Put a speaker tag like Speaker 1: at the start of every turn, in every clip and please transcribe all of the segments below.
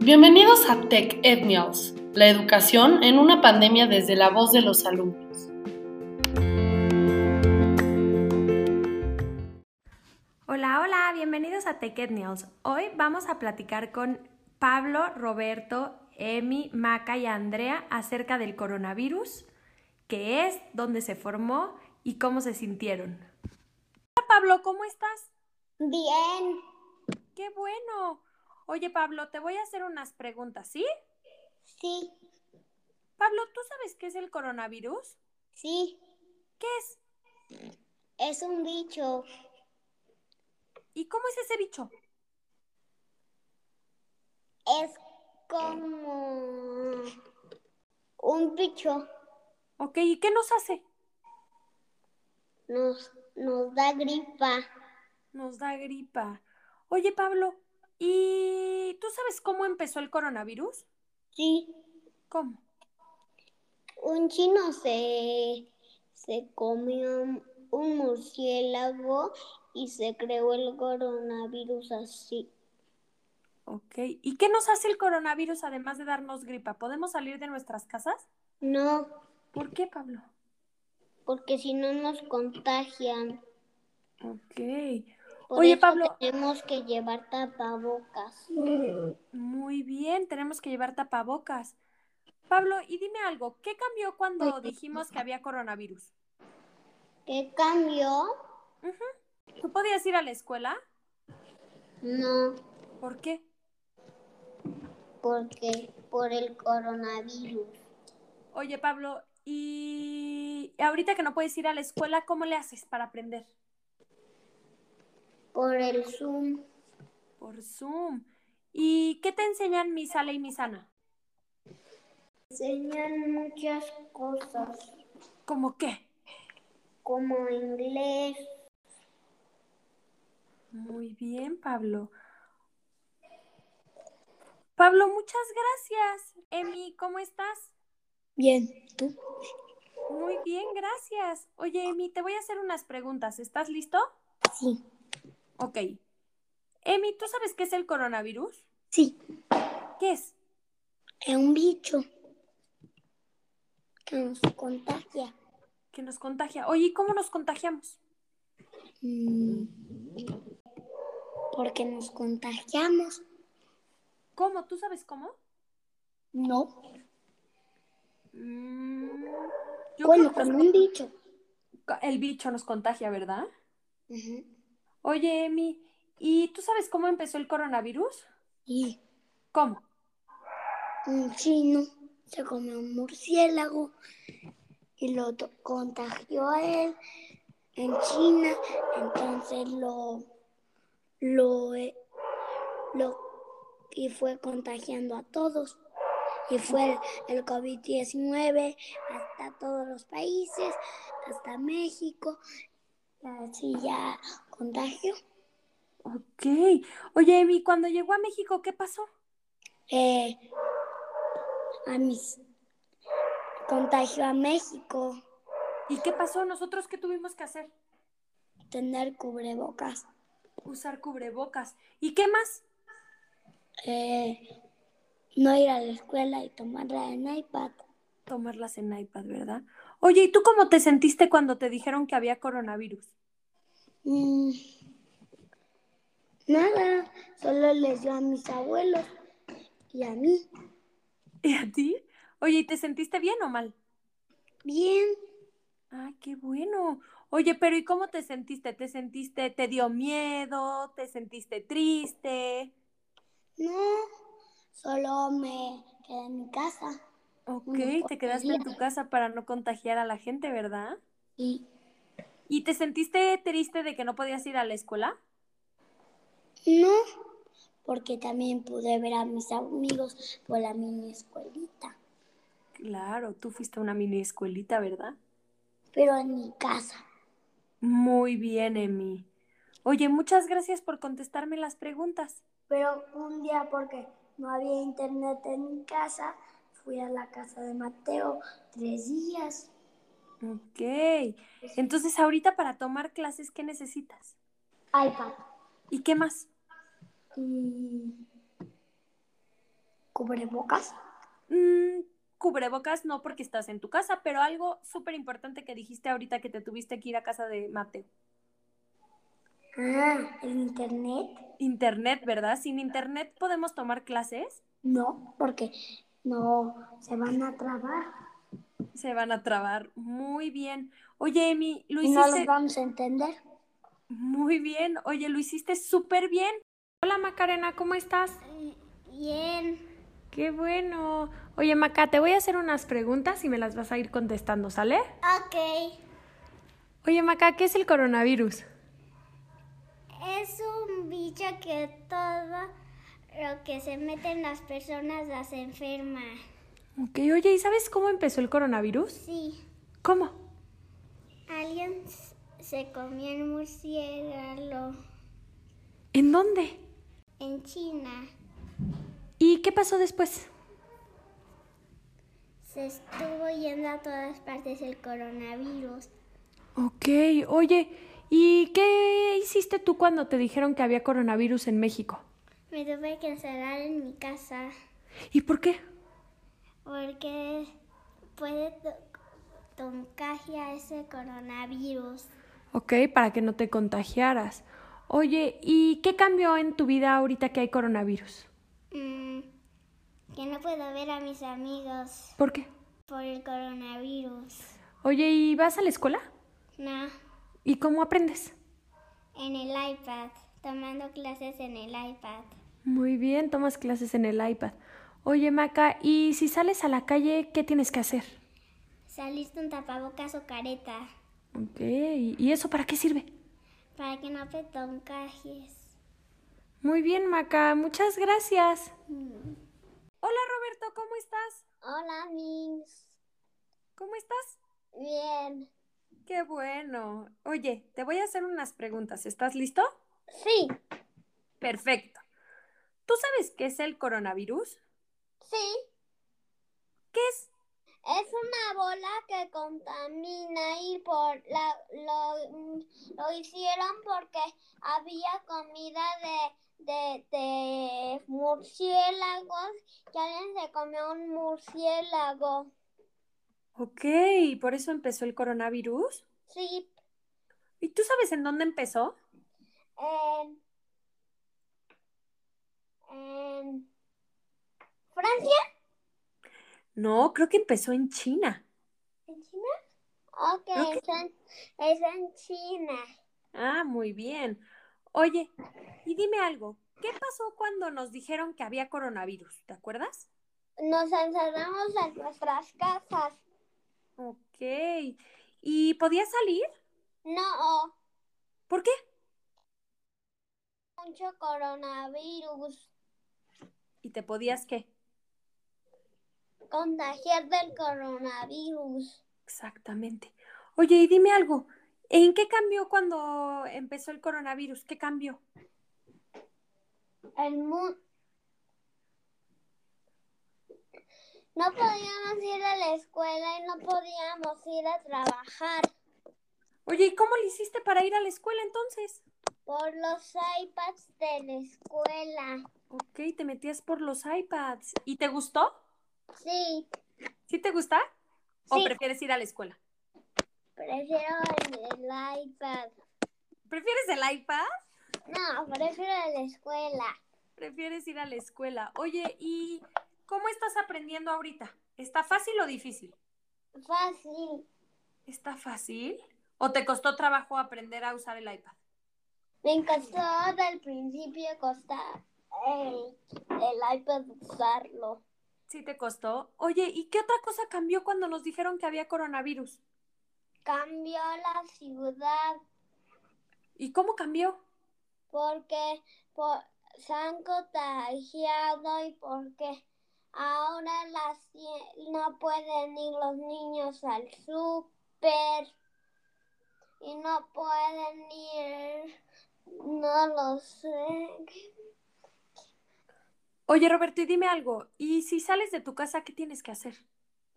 Speaker 1: Bienvenidos a Tech Ethnials, la educación en una pandemia desde la voz de los alumnos.
Speaker 2: Hola, hola, bienvenidos a Tech Ethnials. Hoy vamos a platicar con Pablo, Roberto, Emi, Maca y Andrea acerca del coronavirus, qué es, dónde se formó y cómo se sintieron. Hola Pablo, ¿cómo estás?
Speaker 3: Bien,
Speaker 2: ¡Qué bueno! Oye Pablo, te voy a hacer unas preguntas, ¿sí?
Speaker 3: sí,
Speaker 2: Pablo, ¿tú sabes qué es el coronavirus?
Speaker 3: sí,
Speaker 2: ¿Qué es?
Speaker 3: es un bicho.
Speaker 2: ¿Y cómo es ese bicho?
Speaker 3: Es como un bicho.
Speaker 2: Ok, ¿y qué nos hace?
Speaker 3: Nos, nos da gripa.
Speaker 2: Nos da gripa. Oye Pablo, ¿y tú sabes cómo empezó el coronavirus?
Speaker 3: Sí,
Speaker 2: ¿Cómo?
Speaker 3: un chino se, se comió un- un murciélago y se creó el coronavirus así.
Speaker 2: Ok, ¿y qué nos hace el coronavirus además de darnos gripa? ¿Podemos salir de nuestras casas?
Speaker 3: No,
Speaker 2: ¿Por qué, Pablo?
Speaker 3: porque si no nos contagian.
Speaker 2: Ok,
Speaker 3: Por
Speaker 2: Oye,
Speaker 3: eso
Speaker 2: Pablo.
Speaker 3: Tenemos que llevar tapabocas.
Speaker 2: muy bien, tenemos que llevar tapabocas. Pablo, y dime algo, ¿qué cambió cuando dijimos que había coronavirus?
Speaker 3: ¿Qué cambió?
Speaker 2: ¿Tú podías ir a la escuela?
Speaker 3: No.
Speaker 2: ¿Por qué?
Speaker 3: Porque por el coronavirus.
Speaker 2: Oye, Pablo, y ahorita que no puedes ir a la escuela, ¿cómo le haces para aprender?
Speaker 3: Por el Zoom.
Speaker 2: Por Zoom. ¿Y qué te enseñan mi Sala y mi Sana?
Speaker 3: Enseñan muchas cosas,
Speaker 2: ¿Cómo qué?
Speaker 3: como inglés.
Speaker 2: Muy bien, Pablo. Pablo, muchas gracias. Emi, ¿cómo estás?
Speaker 3: Bien, ¿tú?
Speaker 2: Muy bien, gracias. Oye, Emi, te voy a hacer unas preguntas. ¿Estás listo?
Speaker 3: Sí.
Speaker 2: Ok. Emi, ¿tú sabes qué es el coronavirus?
Speaker 3: Sí,
Speaker 2: ¿Qué es?
Speaker 3: es un bicho que nos contagia.
Speaker 2: Que nos contagia. Oye, ¿y cómo nos contagiamos?
Speaker 3: Mm, Porque nos contagiamos.
Speaker 2: ¿Cómo? ¿Tú sabes cómo?
Speaker 3: No,
Speaker 2: Mm, yo
Speaker 3: bueno,
Speaker 2: creo que
Speaker 3: con
Speaker 2: nos-
Speaker 3: un bicho.
Speaker 2: el bicho nos contagia, ¿verdad?
Speaker 3: Ujú.
Speaker 2: Oye, Emi, ¿y tú sabes cómo empezó el coronavirus?
Speaker 3: Y
Speaker 2: ¿Cómo?
Speaker 3: un chino se comió un murciélago y lo to- contagió a él en China, entonces lo lo eh, lo y fue contagiando a todos y fue el, el COVID-19 hasta todos los países, hasta México, y así ya contagió.
Speaker 2: Ok. Oye, Emi, cuando llegó a México, ¿qué pasó?
Speaker 3: eh, a mis contagió a México
Speaker 2: ¿Y qué pasó? ¿Nosotros qué tuvimos que hacer?
Speaker 3: tener cubrebocas
Speaker 2: Usar cubrebocas. ¿Y qué más?
Speaker 3: eh, no ir a la escuela y tomarla en iPad
Speaker 2: Tomarlas en iPad, ¿verdad? Oye, ¿y tú cómo te sentiste cuando te dijeron que había coronavirus?
Speaker 3: Mm, nada solo les dio a mis abuelos y a mí
Speaker 2: ¿Y a ti? Oye, ¿y te sentiste bien o mal?
Speaker 3: bien
Speaker 2: Ah, qué bueno. Oye, pero ¿y cómo te sentiste? ¿Te sentiste, te dio miedo? ¿Te sentiste triste?
Speaker 3: no solo me quedé en mi casa
Speaker 2: Ok,
Speaker 3: Mm,
Speaker 2: te quedaste en tu casa para no contagiar a la gente, ¿verdad?
Speaker 3: y
Speaker 2: ¿Y te sentiste triste de que no podías ir a la escuela?
Speaker 3: no porque también pude ver a mis amigos por la mini escuelita
Speaker 2: Claro, tú fuiste a una mini escuelita, ¿verdad?
Speaker 3: pero en mi casa
Speaker 2: Muy bien, Emi. Oye, muchas gracias por contestarme las preguntas.
Speaker 3: Pero un día, porque no había internet en mi casa, fui a la casa de Mateo tres días.
Speaker 2: Ok. Entonces, ahorita para tomar clases, ¿qué necesitas?
Speaker 3: iPad.
Speaker 2: ¿Y qué más?
Speaker 3: Y
Speaker 4: cubrebocas.
Speaker 2: Mm, cubrebocas no porque estás en tu casa, pero algo súper importante que dijiste ahorita que te tuviste que ir a casa de Mateo.
Speaker 4: Ah, el internet.
Speaker 2: Internet, ¿verdad? Sin internet podemos tomar clases,
Speaker 4: No, porque no se van a trabar
Speaker 2: se van a trabar muy bien. Oye, Emi, lo
Speaker 4: y no los
Speaker 2: hiciste
Speaker 4: vamos a entender.
Speaker 2: muy bien. Oye, lo hiciste súper bien.
Speaker 5: Hola Macarena, ¿cómo estás?
Speaker 4: Bien.
Speaker 5: Qué bueno. Oye Maca, te voy a hacer unas preguntas y me las vas a ir contestando, ¿sale?
Speaker 3: Ok,
Speaker 5: Oye Maca, ¿qué es el coronavirus?
Speaker 3: es un bicho que todo lo que se mete en las personas las enferma.
Speaker 5: Ok, oye, ¿y sabes cómo empezó el coronavirus?
Speaker 3: Sí,
Speaker 5: ¿Cómo?
Speaker 3: alguien s- se comió el murciélago
Speaker 5: ¿En dónde?
Speaker 3: en China.
Speaker 5: ¿Y qué pasó después?
Speaker 3: Se estuvo yendo a todas partes el coronavirus.
Speaker 5: Ok, oye, ¿y qué hiciste tú cuando te dijeron que había coronavirus en México?
Speaker 3: Me tuve que encerrar en mi casa
Speaker 5: ¿Y por qué?
Speaker 3: porque puede to- contagia ese coronavirus.
Speaker 5: Ok, para que no te contagiaras. Oye, ¿y qué cambió en tu vida ahorita que hay coronavirus?
Speaker 3: Mm, que no puedo ver a mis amigos
Speaker 5: ¿Por qué?
Speaker 3: por el coronavirus.
Speaker 5: Oye, ¿y vas a la escuela?
Speaker 3: No,
Speaker 5: ¿Y cómo aprendes?
Speaker 3: en el iPad, tomando clases en el iPad.
Speaker 5: Muy bien, tomas clases en el iPad. Oye, Maca, ¿y si sales a la calle, qué tienes que hacer?
Speaker 3: Salir con tapabocas o careta
Speaker 5: Ok, ¿y eso para qué sirve?
Speaker 3: para que no te contagies.
Speaker 5: Muy bien, Maca, muchas gracias.
Speaker 2: Hola, Roberto, ¿cómo estás?
Speaker 3: Hola, Mins.
Speaker 2: ¿Cómo estás?
Speaker 3: Bien.
Speaker 2: Qué bueno. Oye, te voy a hacer unas preguntas. ¿Estás listo?
Speaker 3: Sí,
Speaker 2: Perfecto. ¿Tú sabes qué es el coronavirus?
Speaker 3: sí.
Speaker 2: ¿Qué es?
Speaker 3: Es una bola que contamina y por la, lo, lo hicieron porque había comida de, de, de murciélagos y alguien se comió un murciélago.
Speaker 2: Ok, por eso empezó el coronavirus.
Speaker 3: Sí,
Speaker 2: ¿Y tú sabes en dónde empezó?
Speaker 3: en, en Francia,
Speaker 2: No, creo que empezó en China.
Speaker 3: en China. Ok,
Speaker 2: Ok.
Speaker 3: Es, en, es en China.
Speaker 2: Ah, muy bien. Oye, y dime algo. ¿Qué pasó cuando nos dijeron que había coronavirus? ¿Te acuerdas?
Speaker 3: Nos encerramos en nuestras casas.
Speaker 2: Ok. ¿Y podías salir?
Speaker 3: No.
Speaker 2: ¿Por qué?
Speaker 3: mucho coronavirus,
Speaker 2: ¿Y te podías qué?
Speaker 3: contagiar del coronavirus.
Speaker 2: Exactamente. Oye, y dime algo. ¿En qué cambió cuando empezó el coronavirus? ¿Qué cambió?
Speaker 3: El mundo. No podíamos ir a la escuela y no podíamos ir a trabajar
Speaker 2: Oye, ¿y cómo le hiciste para ir a la escuela entonces?
Speaker 3: por los iPads de la escuela.
Speaker 2: Ok, te metías por los iPads. ¿Y te gustó?
Speaker 3: Sí,
Speaker 2: ¿Sí te gusta? ¿O
Speaker 3: Sí.
Speaker 2: prefieres ir a la escuela?
Speaker 3: prefiero el, el iPad.
Speaker 2: ¿Prefieres el iPad?
Speaker 3: No, prefiero la escuela.
Speaker 2: Prefieres ir a la escuela. Oye, ¿y cómo estás aprendiendo ahorita? ¿Está fácil o difícil?
Speaker 3: Fácil.
Speaker 2: ¿Está fácil? ¿O te costó trabajo aprender a usar el iPad?
Speaker 3: Me costó al principio costar el, el iPad usarlo.
Speaker 2: Sí te costó. Oye, ¿y qué otra cosa cambió cuando nos dijeron que había coronavirus?
Speaker 3: cambió la ciudad
Speaker 2: ¿Y cómo cambió?
Speaker 3: porque por- se han contagiado y porque ahora las tie- no pueden ir los niños al súper y no pueden ir no lo sé
Speaker 2: Oye, Roberto, y dime algo. ¿Y si sales de tu casa, qué tienes que hacer?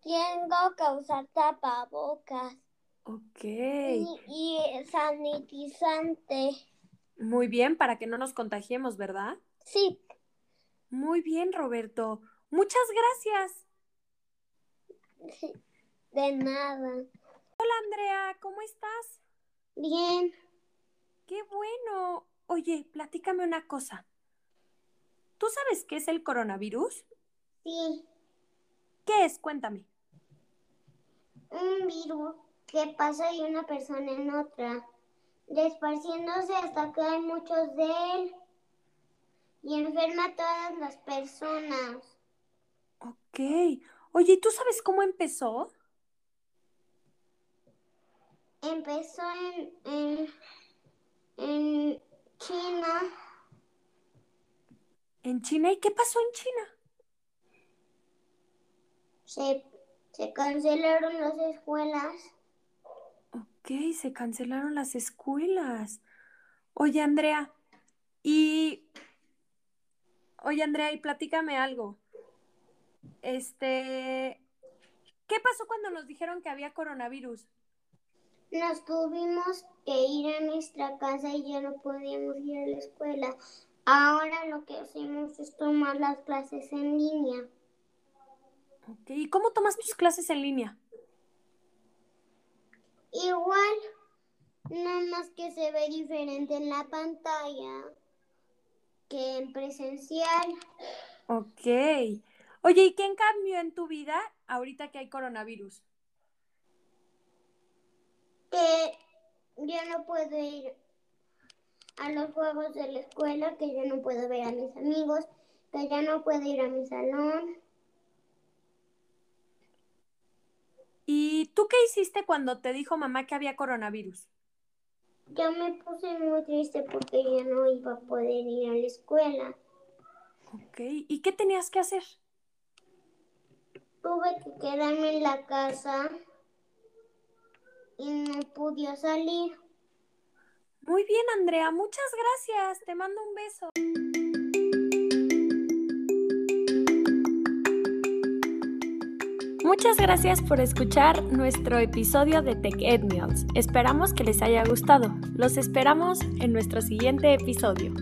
Speaker 3: tengo que usar tapabocas
Speaker 2: Ok.
Speaker 3: y, y sanitizante
Speaker 2: Muy bien, para que no nos contagiemos, ¿verdad?
Speaker 3: sí
Speaker 2: Muy bien, Roberto. Muchas gracias.
Speaker 3: De nada.
Speaker 2: Hola Andrea, ¿cómo estás?
Speaker 3: Bien.
Speaker 2: Qué bueno. Oye, platícame una cosa. ¿Tú sabes qué es el coronavirus?
Speaker 3: Sí.
Speaker 2: ¿Qué es? Cuéntame.
Speaker 3: Un virus que pasa de una persona en otra, desparciéndose hasta que hay muchos de él y enferma a todas las personas.
Speaker 2: Ok. Oye, ¿y ¿tú sabes cómo empezó?
Speaker 3: Empezó en, en, en China,
Speaker 2: ¿En China? ¿Y qué pasó en China?
Speaker 3: se, se cancelaron las escuelas.
Speaker 2: Ok, se cancelaron las escuelas. Oye, Andrea, y... Oye, Andrea, y platícame algo. Este... ¿Qué pasó cuando nos dijeron que había coronavirus?
Speaker 3: Nos tuvimos que ir a nuestra casa y ya no podíamos ir a la escuela. Ahora lo que hacemos es tomar las clases en línea.
Speaker 2: Ok, ¿y cómo tomas tus clases en línea?
Speaker 3: Igual, nada más que se ve diferente en la pantalla que en presencial.
Speaker 2: Ok. Oye, ¿y qué cambió en tu vida ahorita que hay coronavirus?
Speaker 3: que yo no puedo ir a los juegos de la escuela, que yo no puedo ver a mis amigos, que ya no puedo ir a mi salón.
Speaker 2: ¿Y tú qué hiciste cuando te dijo mamá que había coronavirus?
Speaker 3: Yo me puse muy triste porque ya no iba a poder ir a la escuela.
Speaker 2: Ok, ¿y qué tenías que hacer?
Speaker 3: Tuve que quedarme en la casa y no pude salir.
Speaker 2: Muy bien, Andrea, muchas gracias. Te mando un beso. Muchas gracias por escuchar nuestro episodio de Tech Edmials. Esperamos que les haya gustado. Los esperamos en nuestro siguiente episodio.